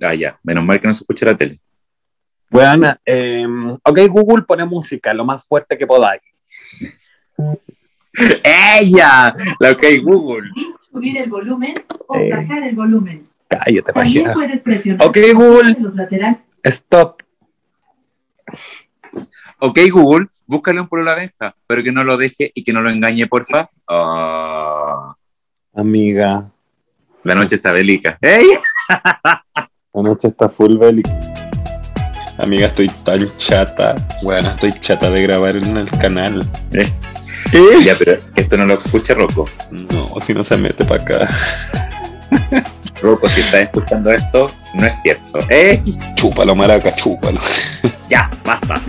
Ah, ya. Menos mal que no se escucha la tele. Bueno, eh, ok, Google, pone música, lo más fuerte que podáis. ¡Ella! La OK Google. Subir el volumen o Eh. bajar el volumen. Cállate, También página. puedes presionar Ok, Google. los laterales. Stop. Ok, Google, búscale un pueblo a la venta, pero que no lo deje y que no lo engañe, porfa. Ah, Amiga, la noche está bélica. ¡Ey! la noche está full belly. Amiga, estoy tan chata. Bueno, estoy chata de grabar en el canal. Eh. ¿Eh? Ya, pero esto no lo escucha Rocco. No, si no se mete para acá. Rocco, si estás escuchando esto, no es cierto. ¡Ey! Chúpalo, maraca, chúpalo. Ya, basta.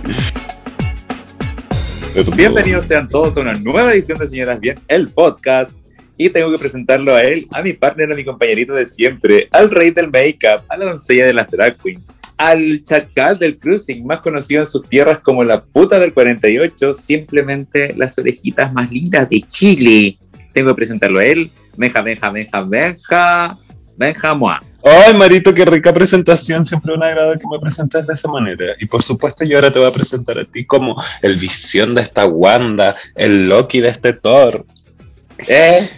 Pero- Pues, Bienvenidos sean todos a una nueva edición de Señoras Bien, el podcast. Y tengo que presentarlo a él, a mi partner, a mi compañerito de siempre, al rey del make-up, a la doncella de las drag queens, al chacal del cruising, más conocido en sus tierras como la puta del 48, simplemente las orejitas más lindas de Chile. Tengo que presentarlo a él, Benja, Benja, Benja, Benja, Benja Moa. Ay, Marito, qué rica presentación. Siempre un agrado que me presentes de esa manera. Y por supuesto, yo ahora te voy a presentar a ti como el visión de esta Wanda, el Loki de este Thor, Eh,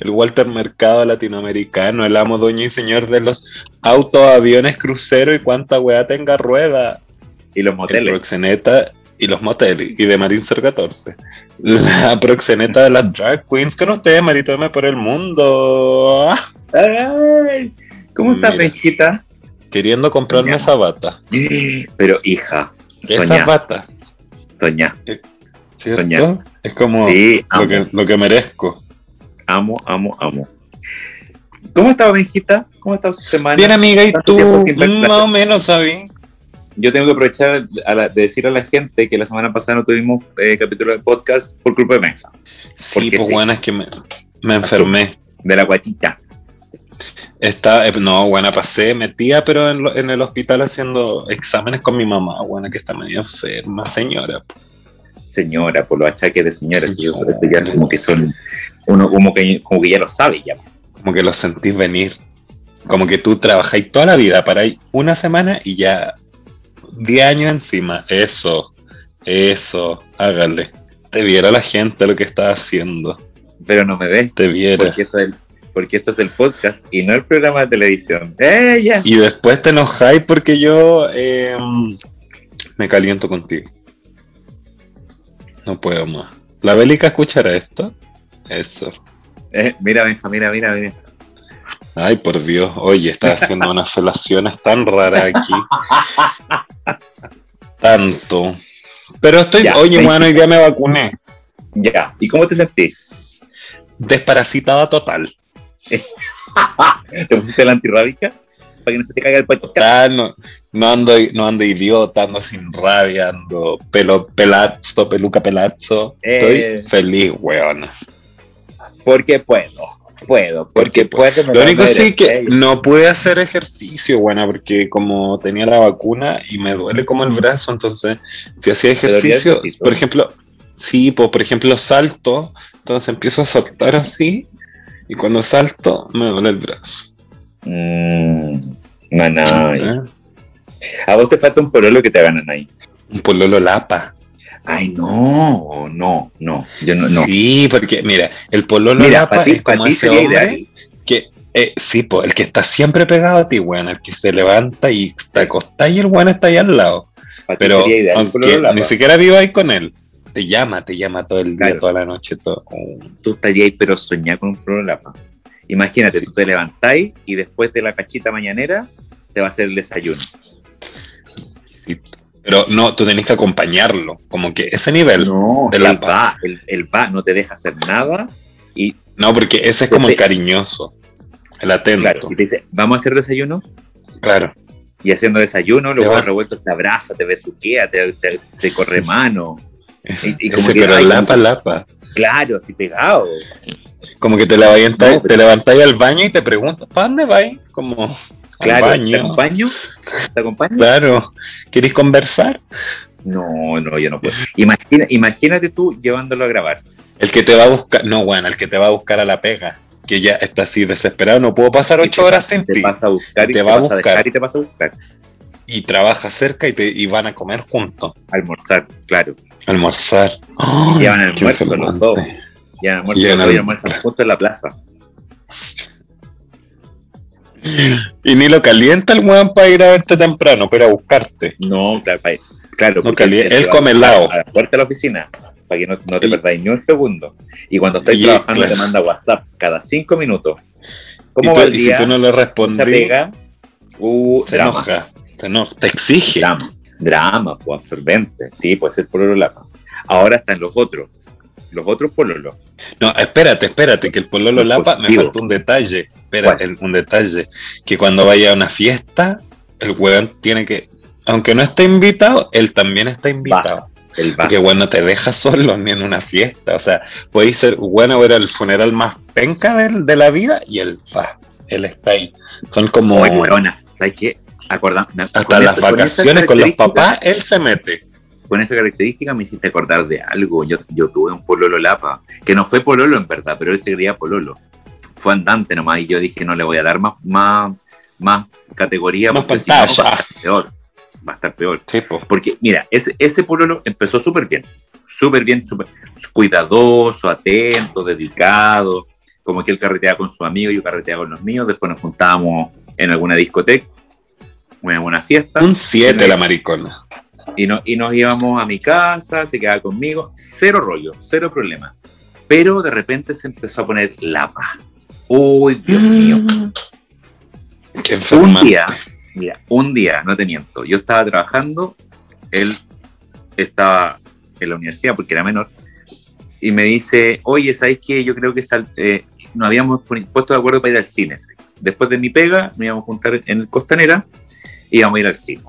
el Walter Mercado latinoamericano, el amo, dueño y señor de los autos, aviones, crucero y cuanta weá tenga rueda. y los el moteles. proxeneta y los moteles y de Marín Ser 14. La proxeneta de las drag queens con ustedes, Marito M por el mundo. Ah, Ay, ¿Cómo estás, Mira. Benjita? Queriendo comprarme Ya. esa bata. Pero, hija, Esa soñá, bata, soñá. ¿cierto? Soñar. Es como Sí, amo, lo, que, lo que merezco. amo, amo, amo. ¿Cómo está, Benjita? ¿Cómo ha estado su semana? Bien, amiga, y ¿Cuánto tú, tiempo sin ver Mm, clases? más o menos, ¿sabes? Yo tengo que aprovechar a la- de decir a la gente que la semana pasada no tuvimos eh, capítulo de podcast por culpa de Benja, Sí, Porque pues sí. bueno, es que me, me enfermé. de la guatita. Está, eh, no, buena, pasé metida, pero en, lo- en el hospital haciendo exámenes con mi mamá, buena, que está medio enferma, señora. Señora, por los achaques de señoras. Señora. Eso este ya como que son. Uno como que, como que ya lo sabe ya. como que lo sentís venir. Como que tú trabajáis toda la vida para ahí una semana y ya 10 años encima. Eso, eso, hágale. Te viera la gente lo que estás haciendo. Pero no me ve. Te viera. Porque esto, es el, porque esto es el podcast y no el programa de televisión. Eh, ¡Ella! Y después te enojáis porque yo eh, me caliento contigo. No puedo más. ¿La bélica escuchará esto? Eso. Eh, mira, Benja, mira, mira, mira. Ay, por Dios. Oye, estás haciendo unas felaciones tan raras aquí. Tanto. Pero estoy. Ya, oye, veinte. mano, hoy día me vacuné. Ya. ¿Y cómo te sentí? Desparasitada total. ¿Te pusiste la antirrábica? Para que no se te caiga el podcast. Total, no, no ando, no ando idiota, ando sin rabia, ando pelo pelazo, peluca pelazo. Eh. Estoy feliz, weona. Porque puedo, puedo, porque Porque puedo. me Lo único merezco. sí que no pude hacer ejercicio, buena, porque como tenía la vacuna y me duele como el brazo, entonces si hacía dolía el ejercicio, bracito? por ejemplo, sí, pues, por ejemplo salto, entonces empiezo a saltar así y cuando salto me duele el brazo. Mm, nanay. ¿eh? A vos te falta un pololo que te hagan nanay. Un pololo lapa. Ay, no, no, no, yo no, no. Sí, porque mira, el pololo Mira, lapa para ti, es como pa' ti ese sería hombre ideal. que eh, sí, pues, el que está siempre pegado a ti, bueno, el que se levanta y te acostás y el bueno está ahí al lado. Para ti Pero sería ideal un pololo aunque lapa. ni siquiera vivo ahí con él, te llama, te llama todo el día, Claro. toda la noche, todo. Oh, Tú estarías ahí, pero soñar con un pololo lapa. Imagínate, Sí. tú te levantáis y después de la cachita mañanera te va a hacer el desayuno. sí. Pero no, tú tenés que acompañarlo, como que ese nivel. No, no, de el lapa. va, el, el va, no te deja hacer nada. Y porque ese es como el Depende. cariñoso, el atento. Este- claro, Claro. y te dice, vamos a hacer desayuno. Y haciendo desayuno, Te luego va. revueltos te abraza, te besuquea, te, te, te corre mano. Y- y como Ese, que, pero ay, lapa, lapa. Claro, así pegado. Como que te, levantáis No, pero- te levantáis al baño y te preguntas, ¿para dónde vais? Como, Claro, al ¿te baño. acompaño? ¿Te acompaño? Claro. ¿Querés conversar? No, no, yo no puedo. Imagina, imagínate tú llevándolo a grabar. El que te va a buscar, no, bueno, el que te va a buscar a la pega. que ya está así desesperado, no puedo pasar Y ocho te horas pasa- sin Te ti. pasa a buscar y Te te va a vas a buscar. dejar y te vas a buscar. Y trabaja cerca y, te, y van a comer juntos, Almorzar, claro. almorzar. ¡Ay, Llevan qué almuerzo los enfermante! dos. Y almuerzan Llegan juntos y al- almuerzan juntos en la plaza. Y ni lo calienta el weón para ir a verte temprano, pero a buscarte. No, claro, pa- claro. No, porque cali- él- él te va come helado. A la puerta de la oficina, para que no, no te Y- perdáis ni un segundo. Y cuando estáis Y- trabajando claro. te manda WhatsApp cada cinco minutos. Y, ¿Cómo tú- va el y si día? tú no le Mucha respondís, pega. Uh, se drama, enoja. Te, enoja, te exige. drama, drama, pues absorbente. Sí, puede ser pololo lapa. Ahora están los otros. Los otros pololos. No, espérate, espérate, que el pololo Los lapa me positivos. falta un detalle. Espera, ¿Cuál? el- un detalle. Que cuando vaya a una fiesta, el weón tiene que. Aunque no esté invitado, él también está invitado. El Porque bajo. weón no te deja solo ni en una fiesta. O sea, podéis ser weón a ver el funeral más penca del- de, la vida y él va. Él está ahí. Son como. Ay, weona, ¿Sabes qué? Acorda- me- Hasta con las esa- con esa vacaciones con los característica- papás, él se mete. con esa característica me hiciste acordar de algo. Yo, yo tuve un pololo lapa, que no fue pololo en verdad, pero él se creía pololo. Fue andante nomás y yo dije, no le voy a dar más, más, más categoría Más porque si no va a pantalla. estar peor. Va a estar peor. Sí, po. Porque, mira, ese, ese pololo empezó súper bien. Súper bien, súper cuidadoso, atento, dedicado. Como que él carreteaba con sus amigos, yo carreteaba con los míos. Después nos juntábamos en alguna discoteca, en alguna fiesta Un 7 la maricona. y, no, y nos íbamos a mi casa, se quedaba conmigo, cero rollo, cero problema. Pero de repente se empezó a poner lapa. Uy, Dios Mm. mío. Qué Un enferma. día, mira, un día, no te miento, yo estaba trabajando, él estaba en la universidad porque era menor, y me dice, oye, ¿sabes qué? Yo creo que sal- eh, nos habíamos pu- puesto de acuerdo para ir al cine. Después de mi pega, nos íbamos a juntar en el Costanera y íbamos a ir al cine.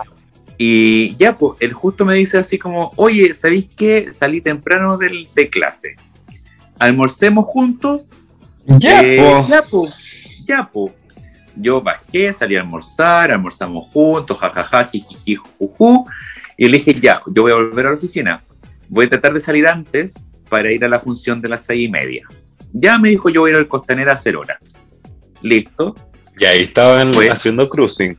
Y ya, pues, él justo me dice así como, oye, ¿sabéis qué? Salí temprano del, de clase. Almorcemos juntos Ya, eh, po. ya, po. Ya, po. Yo bajé, salí a almorzar, almorzamos juntos, jajaja, jijiji, juju. Y le dije, ya, yo voy a volver a la oficina. Voy a tratar de salir antes para ir a la función de las seis y media. Ya me dijo, yo voy a ir al Costanera a hacer hora. Listo, Y ahí estaban Pues- haciendo cruising.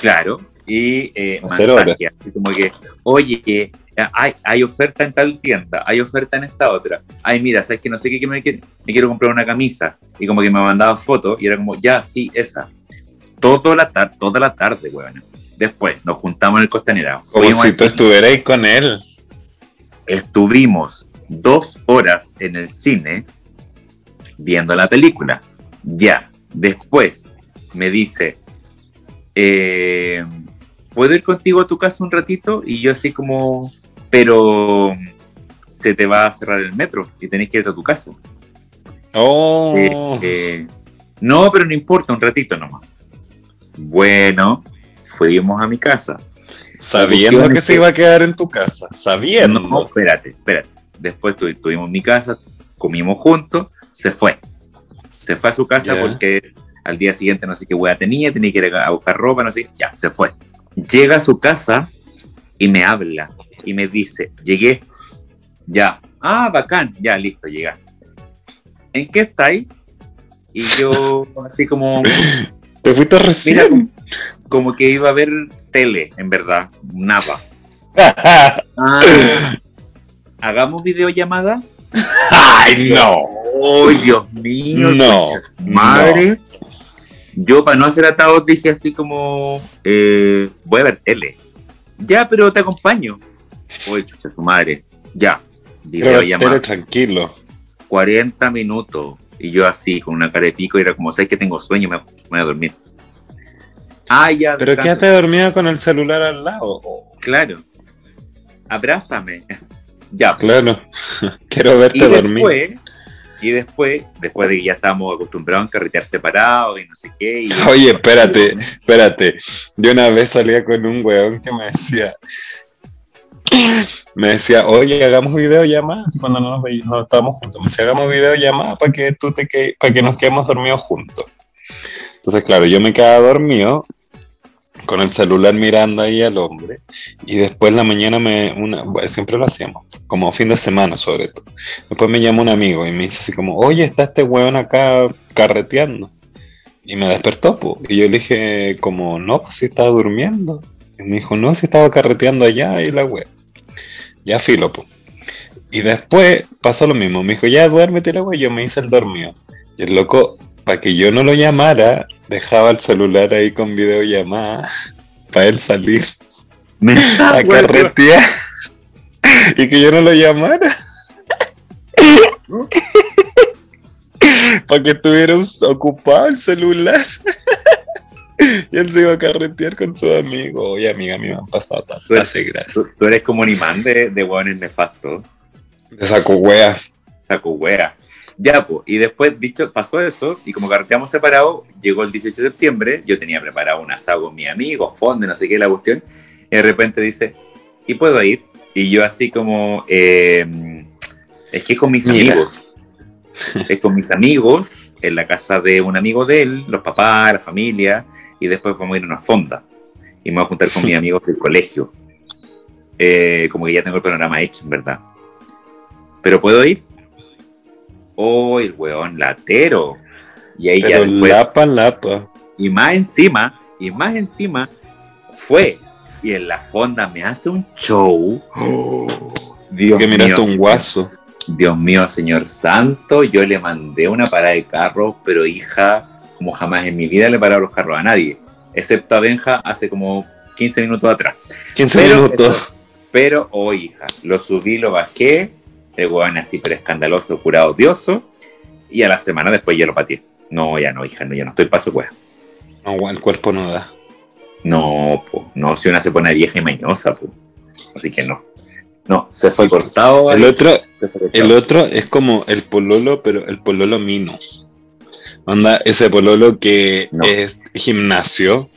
claro. Y eh, Hacer masaje, así como que, oye, eh, hay, hay oferta en tal tienda, hay oferta en esta otra. Ay, mira, sabes que no sé qué, que me, quie- me quiero comprar una camisa. Y como que me mandaba fotos y era como, ya, sí, esa. Toda la tarde, toda la tarde, weón. Después nos juntamos en el Costanera. Como fuimos si al tú cine. estuvieras ahí con él. Estuvimos dos horas en el cine viendo la película. Ya, después me dice, eh, ¿puedo ir contigo a tu casa un ratito? Y yo así como, pero mm, se te va a cerrar el metro y tenés que irte a tu casa. Oh, Eh, no, pero no importa, un ratito nomás. Bueno, fuimos a mi casa. sabiendo cuestión que es se que- iba a quedar en tu casa. Sabiendo. No, espérate, espérate. Después tu- estuvimos en mi casa, comimos juntos, se fue. Se fue a su casa Ya. porque al día siguiente no sé qué hueá tenía, tenía que ir a buscar ropa, no sé qué. Ya, se fue. Llega a su casa y me habla y me dice, llegué, ya. Ah, bacán, ya, listo, llega. ¿En qué estáis? Y yo así como... Te fuiste Mira, recién. como, como que iba a ver tele, en verdad, nada. Ah. ¿Hagamos videollamada? Ay, no. ¡Ay, Dios mío! No. concha de su Madre. Yo, para no hacer ataúd, dije así como: eh, Voy a ver tele. Ya, pero te acompaño. ¡Ay, chucha, su madre! Ya. Pero Tere, Videollamada. tranquilo. 40 minutos. Y yo así, con una cara de pico, y era como: ¿Sabes que tengo sueño? Me, me voy a dormir. Ah, ya. Pero descansa. Oh, quédate dormida con el celular al lado. Claro. Abrázame. Ya. Claro. Quiero verte Y dormir. después, y después, después de que ya estábamos acostumbrados a carretear separados y no sé qué. y- Oye, espérate, espérate. Yo una vez salía con un weón que me decía. Me decía, oye, hagamos videollamadas cuando no nos, veí- no estábamos juntos. Me decía, hagamos videollamadas para que tú te que para que nos quedemos dormidos juntos. Entonces, claro, yo me quedaba dormido con el celular mirando ahí al hombre. Y después en la mañana me. Una, bueno, siempre lo hacíamos, como fin de semana sobre todo. Después me llama un amigo y me dice así como: Oye, está este weón acá carreteando. Y me despertó, po. y yo le dije, como, no, pues si estaba durmiendo. Y me dijo, no, si estaba carreteando allá y la wea. Ya filo, po. Y después pasó lo mismo. Me dijo, ya duérmete la wea. Yo me hice el dormido. Y el loco, para que yo no lo llamara, dejaba el celular ahí con videollamada para él salir Me Ah, a carretear. y que yo no lo llamara. para que estuviera us- ocupado el celular. y él se iba a carretear con su amigo. Oye, amiga, a mí me han pasado tantas Bueno. desgracias. tú, tú eres como un imán de, de hueones nefastos. Me sacó wea. Saco hueá. Ya, pues, y después dicho, pasó eso, y como carreteamos separado, llegó el 18 de septiembre, yo tenía preparado un asado con mi amigo, fondo, no sé qué, la cuestión, y de repente dice, ¿y puedo ir? Y yo así como, eh, es que es con mis Mira. amigos, es con mis amigos, en la casa de un amigo de él, los papás, la familia, y después vamos a ir a una fonda, y me voy a juntar con mis amigos del colegio. Eh, como que ya tengo el panorama hecho, en verdad. ¿Pero puedo ir? ¡Oh, el weón latero! Y ahí ya Pero después, lapa, lapa. y más encima, y más encima, fue. Y en la fonda me hace un show. Dios Que miraste un señor. guaso. Dios mío, señor santo, yo le mandé una parada de carros, pero hija, como jamás en mi vida le he parado los carros a nadie, excepto a Benja hace como 15 minutos atrás. 15 Pero- minutos. Pero, oh hija, lo subí, lo bajé, el weón así, pero escandaloso, curado, odioso, y a la semana después ya lo pateé. No, ya no, hija, no, ya no estoy paso, weón. No, wea, el cuerpo no da. No, po, no, si una se pone vieja y mañosa, po. Así que no. No, se fue cortado. El ahí, otro, se fue cortado. El otro es como el pololo, pero el pololo mino. Onda, ese pololo que No. es gimnasio.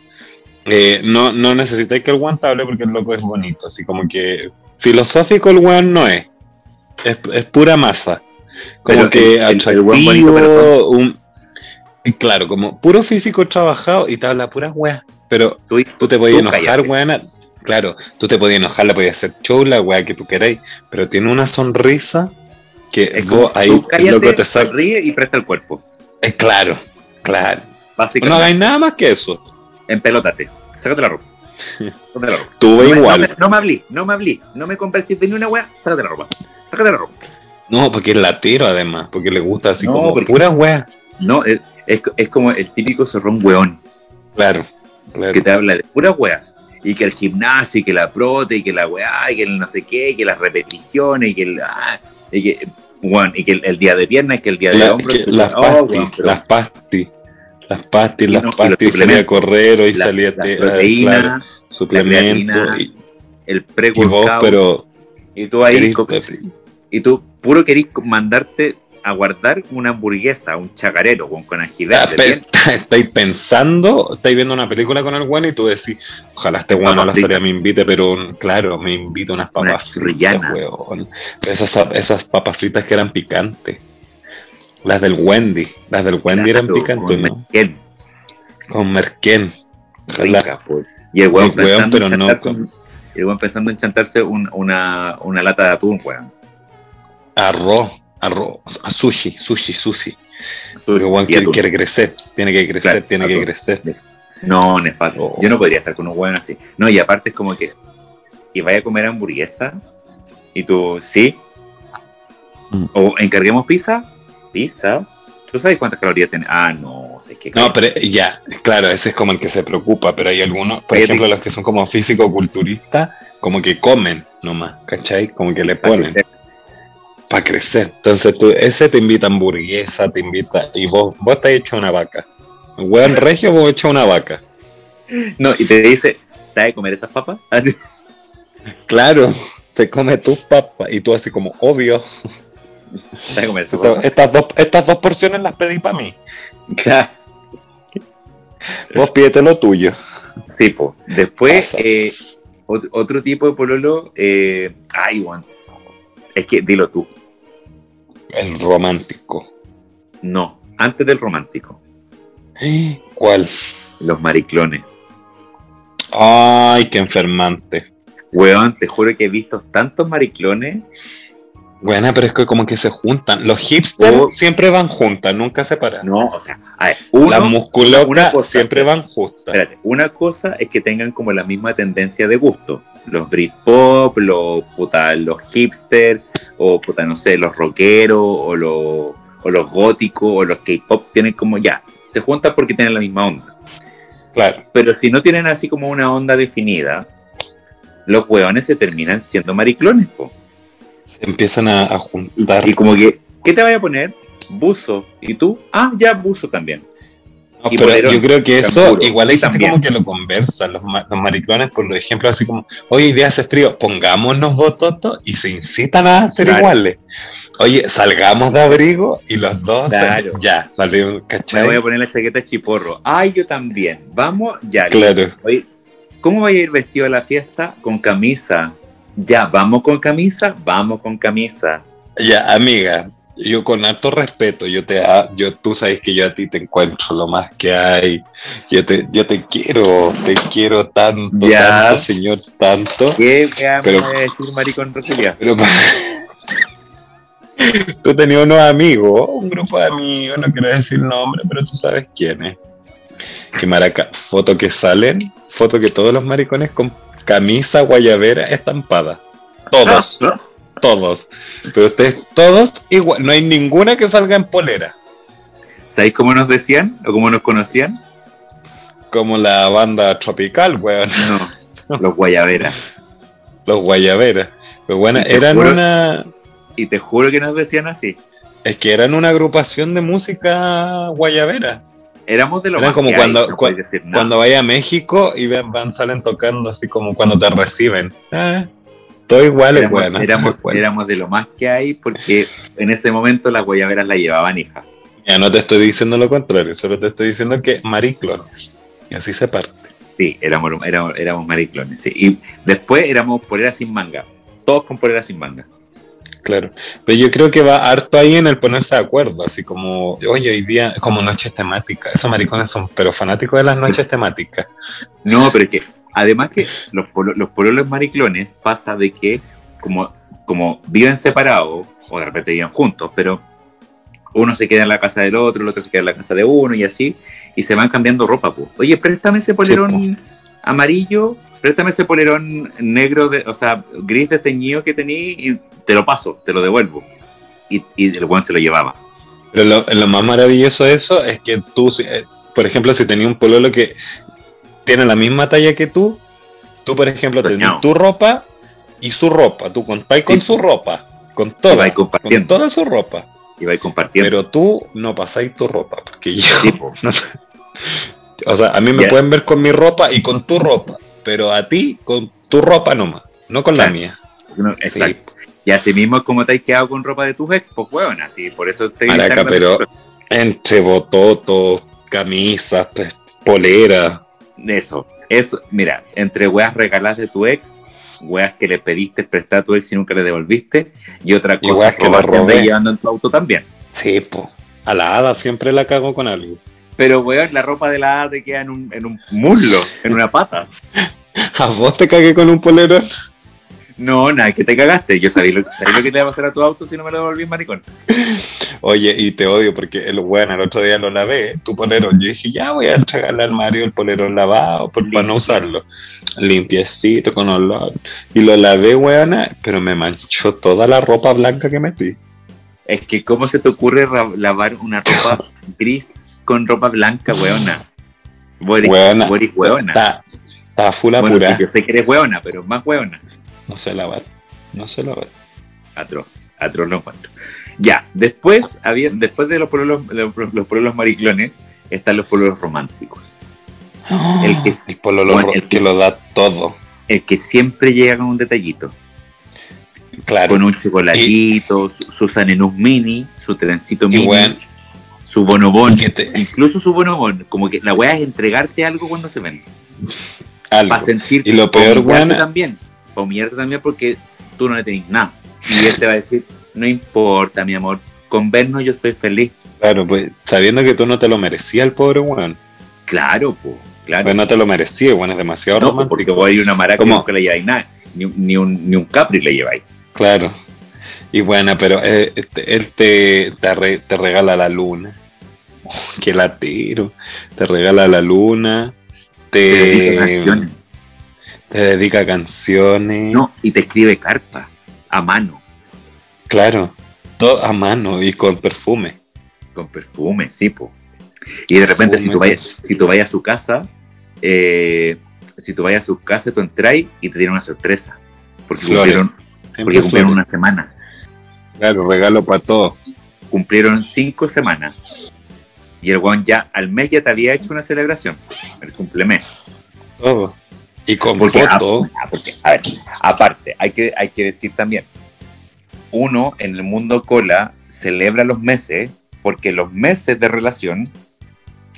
Eh, no, no necesita que el guante hable porque el loco es bonito. Así como que filosófico el weón no es. Es, es pura masa. Como Pero que el- el- el atractivo, weón bonito, pero- un- y Claro, como puro físico trabajado y te habla puras weas. Pero Tú- tú te podías tú enojar, cállate. weona. Claro, tú te podías enojar, le podías hacer show, la weá que tú queráis, pero tiene una sonrisa que Es como, vos ahí, tú el loco te cállate, saca. sonríe y presta el cuerpo. Eh, claro, claro. No Básicamente, hagáis nada más que eso. empelótate. Sácate la ropa. Sácate la ropa. Tuve no, me- igual. No me, no me hablí, no me hablí. No me conversís de ni una weá. Sácate la ropa. Sácate la ropa. No, porque es latero además, porque le gusta así No, como porque- pura weá. No, es, es, es como el típico zorrón weón Claro, claro. que te habla de pura weá. Y que el gimnasio, y que la prote, y que la weá, y que el no sé qué, y que las repeticiones, y que el. ah, y que, weón, y que el, el día de pierna, y que el día de La- hombro. que- las oh, pastis, weón, pero las pastis, las pastis, Y las no, y los pastis, salía a suplementos. correr, hoy la- salía la te- eh, proteína, claro, suplemento creatina, y, el y vos, pre-workout. pero Y tú ahí, eres- co- y tú puro querís co- mandarte a guardar una hamburguesa, un chacarero con, con Ah, ajídate, pe- bien. Estáis pensando, estáis viendo una película con el weón y tú decís, ojalá este weón a la Papas feria me invite, pero mm, claro, me invita unas Una papas fritas, chorrillana. weón. Esas, esas papas fritas que eran picantes. Las del Wendy, las del Wendy eran Claro, picantes, con ¿no? merquén, Con merquén. Ojalá. rica, po. Y el weón El weón, pensando pero en no chantarse, con- un- el weón pensando en chantarse un- una, una lata de atún, weón. Arroz, arroz, a sushi, sushi, sushi. Sushi El weón y que- atún. quiere crecer, tiene que crecer, Claro, tiene que atún. crecer. No, nefasto. Oh. Yo no podría estar con un weón así. No, y aparte es como que, y vaya a comer hamburguesa, y tú, sí. Mm. O encarguemos pizza, pizza. ¿Tú sabes cuántas calorías tiene? Ah, no, sé qué. No, pero eh, ya, claro, ese es como el que se preocupa, pero hay algunos, por Oye, ejemplo, te- los que son como físico-culturistas, como que comen nomás, ¿cachai? Como que le ponen para crecer. Entonces tú, ese te invita hamburguesa, te invita, y vos, vos te has hecho una vaca. Un Weón regio, vos hecho una vaca. No, y te dice, ¿te has de comer esas papas? Así. Claro, se come tus papas, y tú así como, obvio, ¿Te has de comer esas esta- papas? estas, dos, estas dos porciones las pedí para mí. Vos pídete lo tuyo. Sí, po. Después, Pasa. eh, ot- otro tipo de pololo, eh, ay, weón. Es que dilo tú. El romántico. No, antes del romántico, ¿Cuál? los mariclones. Ay, qué enfermante. Weón, te juro que he visto tantos mariclones. Buena, pero es que como que se juntan. Los hipsters Oh. siempre van juntas, nunca separadas. No, o sea, a ver, uno, Las musculotas una cosa. siempre van justas. espérate, una cosa es que tengan como la misma tendencia de gusto. Los Britpop, los puta, los hipster, o puta, no sé, los rockeros, o los, o los góticos, o los K-pop, tienen como ya, se juntan porque tienen la misma onda. Claro. Pero si no tienen así como una onda definida, los hueones se terminan siendo mariclones, po. Se empiezan a, a Y, juntar. y como que, ¿qué te vaya a poner? Buzo. ¿Y tú? Ah, ya, buzo también. No, y pero ponerlo yo creo que eso seguro, igual hay gente también. como que lo conversa, los, ma- los maricones, por ejemplo, así como, oye, hoy día hace frío, pongámonos bototos y se incitan a ser Claro. iguales. Oye, salgamos de abrigo y los dos se- Claro. ya salimos, Me ¿cachai? voy a poner la chaqueta chiporro. Ay, yo también. Vamos, ya. Claro, Oye, ¿cómo vaya a ir vestido a la fiesta? Con camisa. Ya, vamos con camisa, vamos con camisa. ya, amiga, yo con harto respeto, yo te, a- yo, tú sabes que yo a ti te encuentro lo más que hay, yo te, yo te quiero, te quiero tanto, Ya. tanto, señor, tanto. ¿Qué weá me Pero- voy a decir maricón Rosalía? Pero pa- tú tenías unos amigos, un grupo de amigos, no quiero decir nombre, pero tú sabes quiénes. Que maraca, foto que salen, foto que todos los maricones con camisa guayabera estampada. Todos, Ah, todos. Pero ustedes todos igual, no hay ninguna que salga en polera. ¿Sabéis cómo nos decían o cómo nos conocían? Como la banda tropical, weón, No, los guayaberas. los guayaberas. Pero bueno, Y te eran juro- una, Y te juro que nos decían así. es que eran una agrupación de música guayabera. Éramos de los Era más como que cuando- hay, no cua- podéis decir nada. Cuando vaya a México y vean, van, salen tocando así como cuando te reciben. Ah, todo igual es éramos, bueno. éramos- éramos de lo más que hay porque en ese momento las guayaberas la llevaban hija. Ya no te estoy diciendo lo contrario, solo te estoy diciendo que mariclones. Y así se parte. Sí, éramos, éramos, éramos mariclones. sí. Y después éramos polera sin manga. Todos con polera sin manga. Claro. Pero yo creo que va harto ahí en el ponerse de acuerdo, así como, oye, hoy día, como noches temáticas. Esos maricones son, pero fanáticos de las noches temáticas. No, pero es que además que los, polo- los pololos mariclones pasa de que como, como viven separados o de repente viven juntos, pero uno se queda en la casa del otro, el otro se queda en la casa de uno y así, y se van cambiando ropa. po. Oye, préstame ese polerón amarillo, préstame ese polerón negro, de, o sea, gris desteñido que tení y te lo paso, te lo devuelvo. Y, y el weón se lo llevaba. Pero lo, lo más maravilloso de eso es que tú, si- eh, por ejemplo, si tenías un pololo que tiene la misma talla que tú, tú, por ejemplo, tenías Soñado. tu ropa y su ropa. Tú contás Sí. con su ropa, con Y toda, vais con compartiendo, toda su ropa. y vais compartiendo. Pero tú no pasáis tu ropa, porque yo, Sí, po. o sea, a mí me Ya. pueden ver con mi ropa y con tu ropa, pero a ti con tu ropa nomás, no con la Claro. mía. Uno- Sí. exacto. Y así mismo es como te has quedado con ropa de tus ex, pues weón, así, por eso te Maraca, gritan cuando- pero entre bototos, camisas, pues, polera. Eso, eso, mira, entre weas regaladas de tu ex, weas que le pediste prestar a tu ex y nunca le devolviste, y otra Y cosa weas que la robar andas robé. llevando en tu auto también. Sí, po. A la hada siempre la cago con algo. Pero weón, la ropa de la A te queda en un, en un muslo, en una pata. ¿A vos te cagué con un polero? No, nada, que te cagaste. Yo sabía lo, sabía lo que te iba a pasar a tu auto si no me lo devolví, maricón. Oye, y te odio porque el bueno, el otro día lo lavé, tu polero. Yo dije, ya voy a entregarle al Mario el polero lavado por, para no Limpio. usarlo. Limpiecito, con olor. Y lo lavé, weona, pero me manchó toda la ropa blanca que metí. Es que, ¿cómo se te ocurre ra- lavar una ropa gris con ropa blanca, weona? Vos eres- Weona. vos eres weona. Está, está full Bueno, apurada. sí, yo sé que eres hueona, pero más hueona. No sé lavar. No sé lavar. Atroz, atroz lo encuentro. Ya, después, había, después de los pueblos, los pueblos mariclones, están los pueblos románticos. ¡Ah! El que- El pololo bueno, ro- el que- que lo da todo. El que siempre llega con un detallito, Claro. con un chocolatito, su, su Sanenus mini, su trencito y mini, bueno, su bonobón, que te- incluso su bonobón. Como que la wea es entregarte algo cuando se ven. algo. Para sentir Y lo peor, o humillarte hueona- también. O humillarte también porque tú no le tenés nada. Y él te va a decir, no importa, mi amor, con vernos yo soy feliz. Claro, pues sabiendo que tú no te lo merecías el pobre weón. Claro, po, claro. Pero no te lo merecía, bueno, es demasiado No, po, romántico. porque voy a ir una maraca ¿Cómo? y nunca le lleváis nada. Ni, un- ni un, ni un Capri le lleváis. Claro. Y bueno, pero eh, este- él te, te, re- te regala la luna. Oh, qué latero. Te regala la luna. Eh, Te Te, dedica canciones. te dedica canciones. No, y te escribe carta a mano, Claro. Todo a mano y con perfume. con perfume, sí, po. Y de repente, si tú, Perfume. vayas, si tú vayas a su casa, eh, si tú vayas a su casa, tú entras y te tiene una sorpresa. Porque Flores. cumplieron, Siempre porque cumplieron una flores. semana. Claro, regalo para todos. Cumplieron cinco semanas. Y el guan ya al mes ya te había hecho una celebración. El cumplemes. Todo. Y con Porque, a- foto. ah, porque, a ver, aparte, hay que, hay que decir también, uno en el mundo cola celebra los meses porque los meses de relación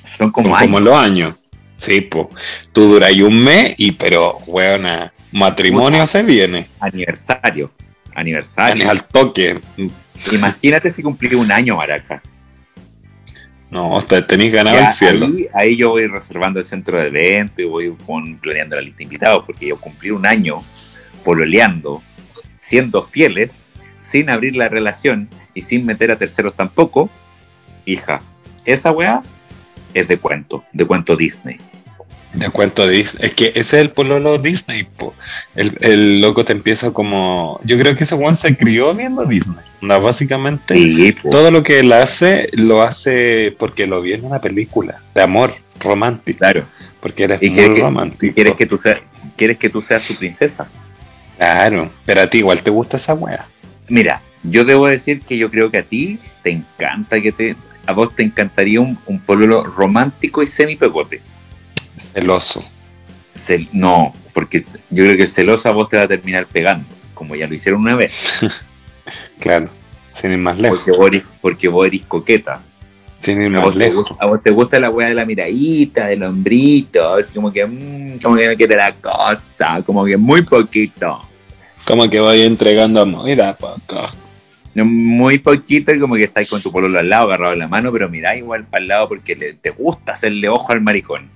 son como Son como años. los años. Sí, po. Tú duras un mes y, pero, weona, matrimonio se viene. Aniversario. Vienes Aniversario. al toque. Imagínate si cumplí un año, Maraca. No, te tenéis ganado Ya el cielo. ahí, ahí yo voy reservando el centro de evento y voy con- planeando la lista de invitados porque yo cumplí un año pololeando, siendo fieles, sin abrir la relación y sin meter a terceros tampoco. Hija, esa weá es de cuento, de cuento Disney. De cuento de Disney. Es que ese es el pololo Disney, po. El, el loco te empieza como. Yo creo que ese one se crió viendo Disney. No, básicamente, Sí, po. todo lo que él hace, lo hace porque lo vi en una película de amor romántico. claro. Porque eres Y muy quieres que- romántico. Y quieres que tú seas, quieres que tú seas su princesa. Claro, pero a ti igual te gusta esa wea. Mira, yo debo decir que yo creo que a ti te encanta que te, a vos te encantaría un, un pololo romántico y semi pegote. Celoso. Cel- no, porque c- yo creo que el celoso a vos te va a terminar pegando, como ya lo hicieron una vez, Claro, sin ir más lejos. porque vos eres, porque vos eres coqueta. Sin ir A más vos, te, lejos. gusta- a vos te gusta la weá de la miradita, del hombrito, así como que, mm, como que no quiere la cosa, como que muy poquito. Como que vaya entregando amor. Mira, pa' acá. Muy poquito y como que estáis con tu pololo al lado, agarrado en la mano, pero mirá igual para el lado porque le- te gusta hacerle ojo al maricón.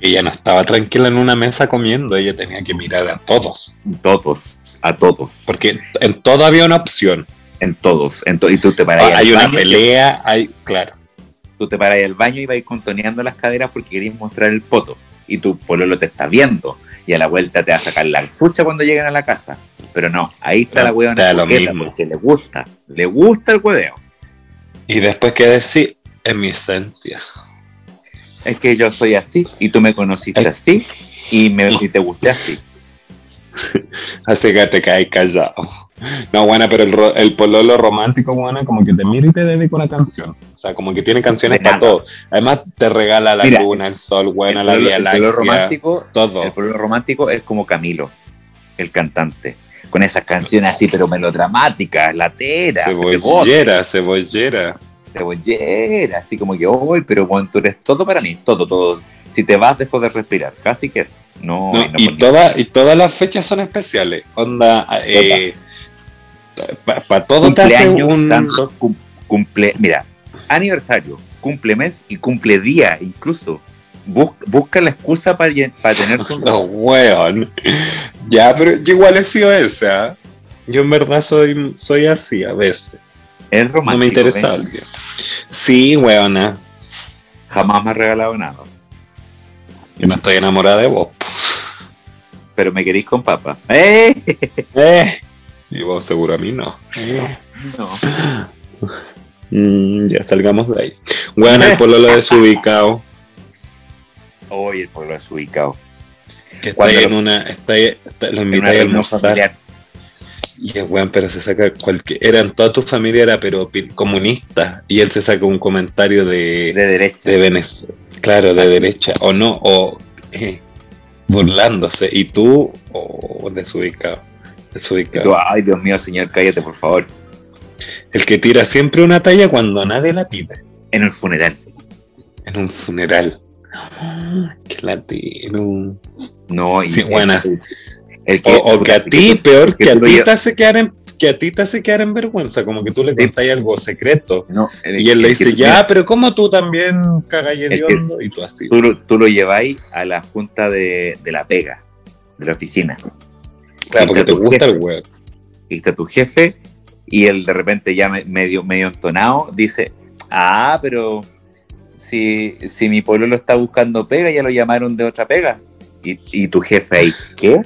Ella no estaba tranquila en una mesa comiendo, ella tenía que mirar a todos. Todos, a todos, Porque en todo había una opción. en todos. En to- y tú te paras Ah, hay al una baño, pelea, hay. Claro. tú te paras al baño y vas contoneando las caderas porque querés mostrar el poto. Y tu pololo te está viendo. Y a la vuelta te va a sacar la chucha cuando lleguen a la casa. Pero no, ahí está Pero la te da huevona lo coqueta mismo. porque le gusta. Le gusta el hueveo. Y después que decir, es mi esencia. Es que yo soy así y tú me conociste Ay. así y, me, y te gusté así. Así Ah, que te caes callado. No, bueno, pero el, ro- el pololo romántico, bueno, como que te mira y te dedica una canción. O sea, como que tiene canciones De para nada. todo. Además, te regala la Mira, luna, el sol, bueno, el la Oh. pololo- vía el pololo láctea, romántico, todo. el pololo romántico es como Camilo, el cantante. Con esas canciones así, pero melodramáticas, lateras, pegote. Cebollera, cebollera. cebollera, así como que hoy, pero bueno, tú eres todo para mí, todo, todo. Si te vas, dejo de respirar, casi que es. No, No, y no y, ponía toda- y todas las fechas son especiales. Onda, eh, notas. para todo te hace cumpleaños, un. santos, cum- cumple, mira, aniversario, cumple mes y cumple día, incluso. Bus- busca la excusa para, lle- para tener tu- No, weón. Ya, pero yo igual he sido esa. Yo en verdad soy, soy así a veces. Es romántico. no me interesa ¿ven? alguien. ¿eh? Sí, weona. Jamás me ha regalado nada. Yo no estoy enamorada de vos. po. Pero me queréis con papa. ¡Eh! Eh. Y vos seguro a mí no. Eh. No. Mm, ya salgamos de ahí. Eh. Bueno, el pololo desubicado. Hoy el pueblo es ubicado. Que está Cuando ahí en lo- una. Está ahí, está- lo En invita una ahí a reunión almorzar. familiar. Y el weón, pero se saca cualquier. Eran toda tu familia, era pero pi- comunista. Y él se saca un comentario De de, derecha. eh, de Venezuela. Claro, de Así. derecha. O no, o eh, burlándose. Y tú, o desubicado. Y tú, Desubicado. ay, Dios mío, señor, cállate, por favor. El que tira siempre una talla cuando nadie la pide. En el funeral. En un funeral. Que latino. No, y Sí, el- buena. El, el O, o que a puta, ti, tú- peor que que a tú lo ti, lle- te hace quedar en, que a ti te hace quedar en vergüenza, como que tú le Sí. contáis algo secreto. No, el- Y él le el que dice, tú- ya, pero ¿cómo tú también cagas que- hediondo? Y tú así. Tú lo, tú lo lleváis a la junta de, de la pega, de la oficina. Claro, porque te tu gusta el jefe. weón. Y está tu jefe y él de repente ya me- medio, medio entonado dice, ah, pero si, si mi pueblo lo está buscando pega, ya lo llamaron de otra pega. Y, y tu jefe ahí, ¿qué?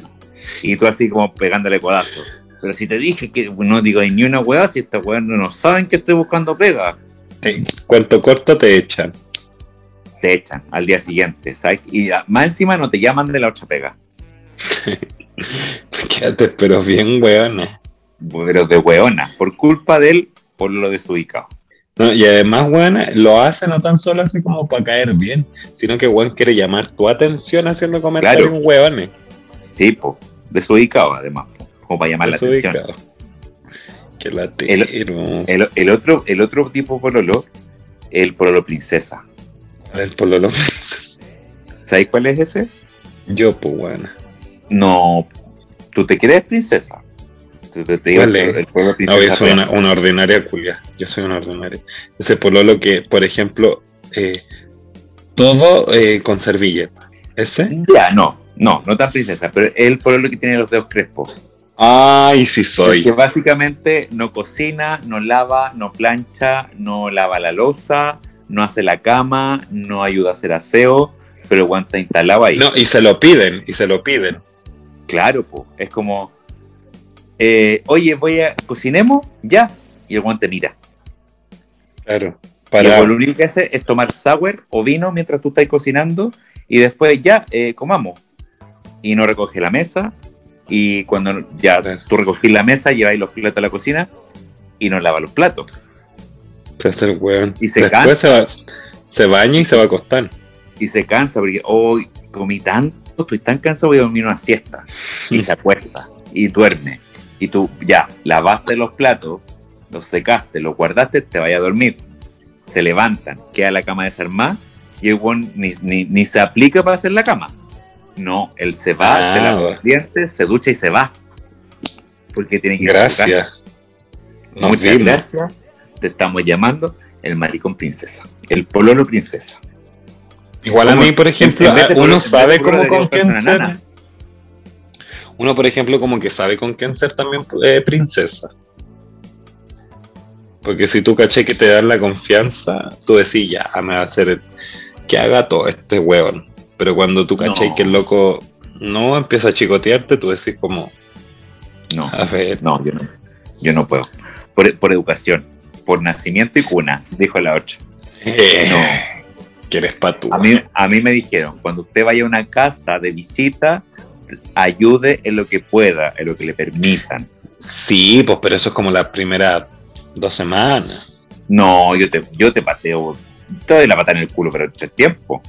Y tú así como pegándole codazo. Pero si te dije que no digo ni una weá, si esta weá no, no saben que estoy buscando pega, Te- Cuanto corto te echan. te echan al día siguiente, ¿sabes? Y ah, más encima no te llaman de la otra pega. Quédate, pero bien, weona. pero de hueona, por culpa de él, por lo desubicado. No, y además, weona, lo hace no tan solo así como para caer bien, sino que weón quiere llamar tu atención haciendo comentarios Claro. weones. Tipo, desubicado además, po, como para llamar la atención. Desubicado. Que la tiro. El, El, el otro, el otro tipo pololo, el pololo princesa. pololo. ¿Sabéis cuál es ese? Yo, pues, weona. No, tú te crees princesa. Tú- te- te digo, ¿Cuál es? el pololo No, yo princesa soy una, una ordinaria culia. Yo soy una ordinaria. Ese pololo que, por ejemplo, eh, todo eh, con servilleta. ¿Ese? Ya, no, no, no tan princesa, pero el pololo que tiene los dedos crespos. Ay, sí El Que soy. básicamente no cocina, no lava, no plancha, no lava la losa, no hace la cama, no ayuda a hacer aseo, pero aguanta instalado ahí. No, y se lo piden, y se lo piden. Claro, po. es como, eh, oye, voy a, cocinemos, ya, y el guante mira. Claro. Y Para, el lo único que hace es tomar sour o vino mientras tú estás cocinando y después ya, eh, comamos. Y no recoge la mesa y cuando ya Claro. tú recogís la mesa, lleváis los platos a la cocina y no lava los platos. Se hace el weón. Y se Después se, va, se baña y se va a acostar. y se cansa porque hoy comí tanto, estoy tan cansado, voy a dormir una siesta. Y se acuesta y duerme. Y tú ya lavaste los platos, los secaste, los guardaste, te vayas a dormir. Se levantan, queda la cama desarmada y el weón ni, ni- ni se aplica para hacer la cama. No, él se va, Ah, se lava bueno. los dientes, se ducha y se va. Porque tiene que ir a su casa. Gracias. Nos Muchas vimos. gracias. Te estamos llamando el maricón princesa, el pololo princesa. Igual a Como- mí, por ejemplo, en vez de uno poner- sabe en vez de cómo poner con la quién persona ser. nana. Uno, por ejemplo, como que sabe con quién ser también eh, princesa. Porque si tú caché que te dan la confianza, tú decís, ya, me va a hacer el- que haga todo este huevón. Pero cuando tú caché No. que el loco no empieza a chicotearte, tú decís como, No. a ver, No, yo no, yo no puedo. Por, por educación, por nacimiento y cuna, dijo la otra. eh, quieres pa' tú. A mí, a mí me dijeron, cuando usted vaya a una casa de visita, ayude en lo que pueda, en lo que le permitan. Sí, pues, pero eso es como las primeras dos semanas. No, yo te, yo te pateo, te doy la pata en el culo, pero es tiempo.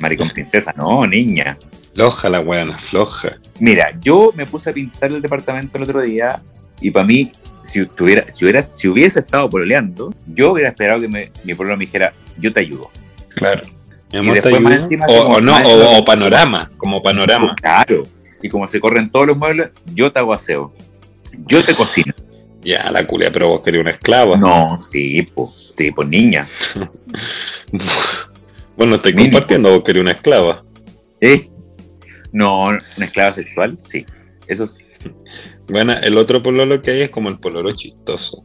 Maricón princesa, no, niña. Floja la weona, floja. Mira, yo me puse a pintar el departamento el otro día y para mí, si, tuviera, si, hubiera, si hubiese estado pololeando, yo hubiera esperado que me- mi problema me dijera, yo te ayudo. Claro. Y Mi amor, ¿te después más ayudo? encima o, como- o no, más o, encima- o panorama, como panorama. Pues Claro. Y como se corren todos los muebles, yo te hago aseo. Yo te cocino. Ya, la culia, pero vos querías una esclava. No, sí, pues, sí, po, niña. Bueno, estoy Mínimo. compartiendo, vos querías una esclava. ¿Eh? No, una esclava sexual, sí. Eso sí. Bueno, el otro pololo que hay es como el pololo chistoso.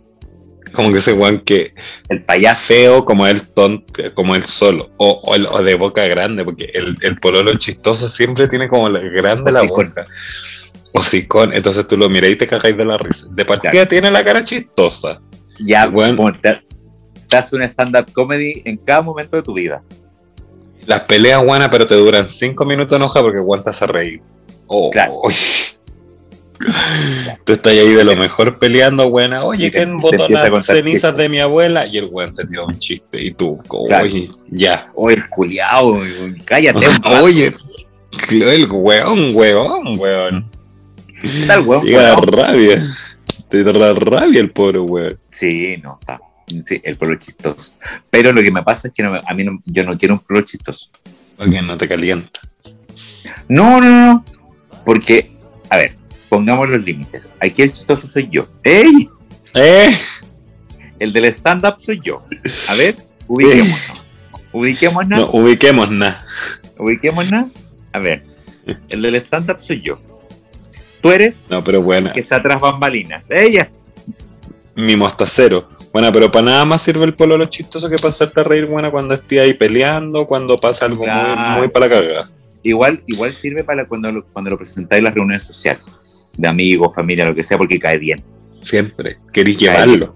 Como que ese guan que El ya payaso. feo como él tonto, como él solo. O, o el- o de boca grande, porque el, el pololo chistoso siempre tiene como la grande la Hocicón. boca. Hocicón. Entonces tú lo miras y te cagáis de la risa. De partida Claro. tiene la cara chistosa. Ya, Bueno. bueno. te, te hace una stand-up comedy en cada momento de tu vida. Las peleas guanas, pero te duran cinco minutos enoja porque aguantas a reír. Oh, Claro. Tú estás ahí de lo mejor peleando, buena. Y Oye, te- ¿quién te botó empieza a las contar cenizas chistes. de mi abuela? Y el weón te tiró un chiste. Y tú, como, Claro. oye, ya. Oye, culiao, cállate. un oye, el weón, weón, weón. ¿Qué tal, weón? Llega Bueno, rabia. Te da rabia el pobre weón. Sí, no, está. Sí, el pueblo chistoso. Pero lo que me pasa es que no me- a mí no, yo no quiero un pueblo chistoso. Porque no te calienta. No, no, no. Porque, a ver, pongamos los límites. Aquí el chistoso soy yo. ¡Ey! ¡Eh! El del stand-up soy yo. A ver, ubiquémonos. Ubiquémonos. No, ubiquemos nada. Ubiquémonos. A ver, el del stand-up soy yo. Tú eres No, pero buena. que está tras bambalinas. Ella. Mi mostacero. Bueno, pero para nada más sirve el pololo chistoso que para hacerte reír, buena, cuando esté ahí peleando, cuando pasa algo muy, Claro. muy para la cagada. Igual, igual sirve para cuando lo, cuando lo presentáis en las reuniones sociales. De amigos, familia, lo que sea, porque cae bien. Siempre. Querís llevarlo.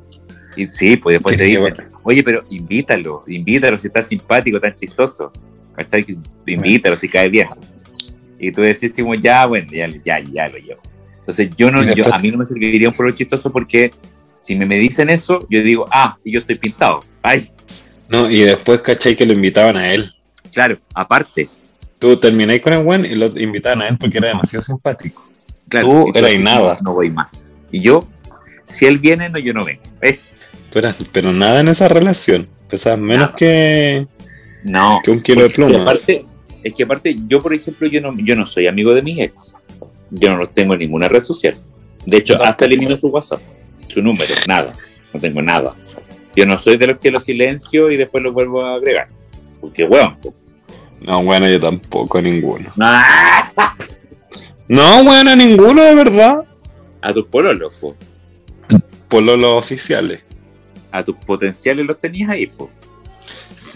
Y sí, pues después te Querís dicen, oye, pero invítalo, invítalo si está simpático, tan chistoso. ¿Cachai? Que Invítalo si cae bien. Y tú decís, como, ya, bueno, ya, ya, ya lo llevo. Entonces, yo no, Y después- yo- a mí no me serviría un pueblo chistoso porque si me, me dicen eso, yo digo, ah, y yo estoy pintado. Ay, No, y después, ¿cachai? Que lo invitaban a él. claro, aparte. Tú termináis con el buen y lo invitaban a él porque era demasiado simpático. Claro, Tú y eras decís, nada. No, no voy más. Y yo, si él viene, no, yo no vengo. Eh, Tú eras, pero nada en esa relación. Pesabas menos Nada. que, No. que un kilo de Porque pluma. aparte, es que aparte, yo por ejemplo, yo no, yo no soy amigo de mi ex. Yo no lo tengo en ninguna red social. De hecho, Yo hasta tampoco. elimino su WhatsApp, su número, nada. No tengo nada. Yo no soy de los que lo silencio y después lo vuelvo a agregar. Porque, weón. po. No, bueno, yo tampoco, ninguno. ¡Ah! No, bueno, ninguno, de verdad. A tus pololos, po. Por los oficiales. a tus potenciales los tenías ahí, po.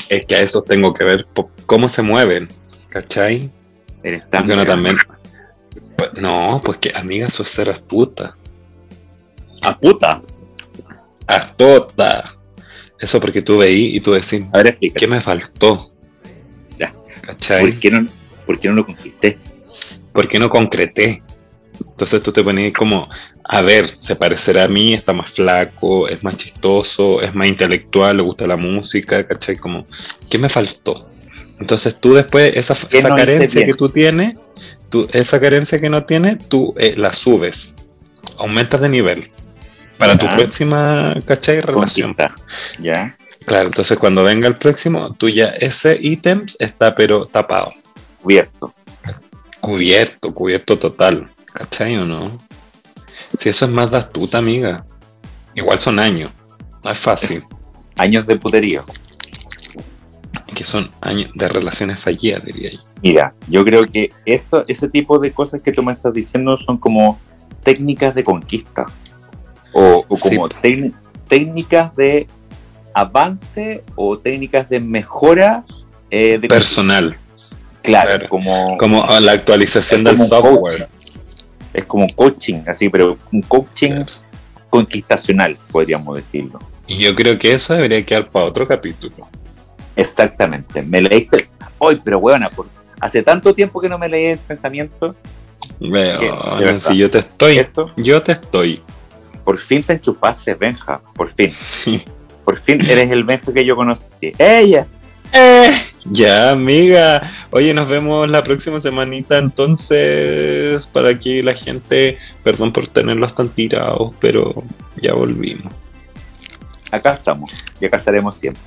Es que a esos tengo que ver po- cómo se mueven. ¿Cachai? Eres tan Porque uno weón. también. Pues, No, pues que amiga, eso es ser astuta. ¡A Ah, puta! Astuta. Eso porque tú veí y tú decís, A ver, explícate. ¿qué me faltó? Ya. ¿Cachai? ¿Por qué, no, ¿Por qué no lo conquisté? ¿por qué no concreté? Entonces tú te pones como, a ver, se parecerá a mí, está más flaco, es más chistoso, es más intelectual, le gusta la música, ¿cachai? Como, ¿qué me faltó? Entonces tú después, esa, ¿Qué esa no hice carencia bien? que tú tienes, tú, esa carencia que no tienes, tú eh, la subes, aumentas de nivel para tu Ya. próxima, ¿cachai? Relación. Conquista. ¿Ya? Claro, entonces cuando venga el próximo, tú ya ese ítem está pero tapado. Cubierto. Cubierto, cubierto total. ¿Cachai o no? Si eso es más de astuta, amiga. Igual son años. No es fácil. Años de puterío. Que son años de relaciones fallidas, diría yo. Mira, yo creo que eso, ese tipo de cosas que tú me estás diciendo son como técnicas de conquista o, o como Sí. tec- técnicas de avance o técnicas de mejora eh, de Personal. claro, claro. como, Como a la actualización Es del como un software. es como coaching así, pero un coaching conquistacional podríamos decirlo. Y yo creo que eso debería quedar para otro capítulo. Exactamente. Me leíste hoy, pero huevona, por- hace tanto tiempo que no me leí el pensamiento, de Veo, verdad. si yo te estoy. ¿cierto? Yo te estoy. Por fin te enchufaste, Benja, por fin. Por fin eres el Benja que yo conocí. ¡Ella! Eh, Ya, amiga. Oye, nos vemos la próxima semanita entonces para que la gente, perdón por tenerlos tan tirados, pero ya volvimos. Acá estamos y acá estaremos siempre.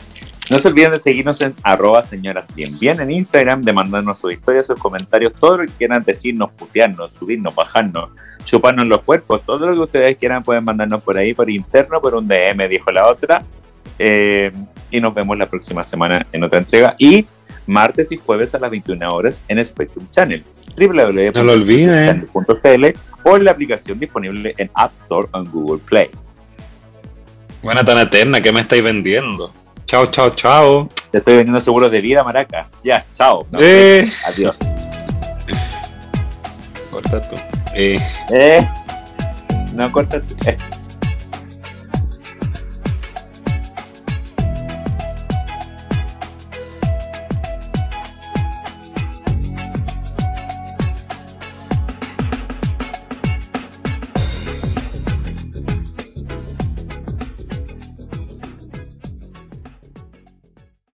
No se olviden de seguirnos en arroba señoras bien bien en Instagram, de mandarnos sus historias, sus comentarios, todo lo que quieran decirnos, putearnos, subirnos, bajarnos, chuparnos los cuerpos, todo lo que ustedes quieran pueden mandarnos por ahí, por interno, por un DM, dijo la otra. Eh, y nos vemos la próxima semana en otra entrega y martes y jueves a las 21 horas en Spectrum Channel. www No lo olviden. Channel.cl o en la aplicación disponible en App Store o en Google Play. Buena tan eterna, ¿qué me estáis vendiendo? Chao, chao, chao. Te estoy vendiendo seguros de vida, maraca. Ya, chao. No, Eh, Adiós. corta tú. Eh. Eh, no corta. Eh.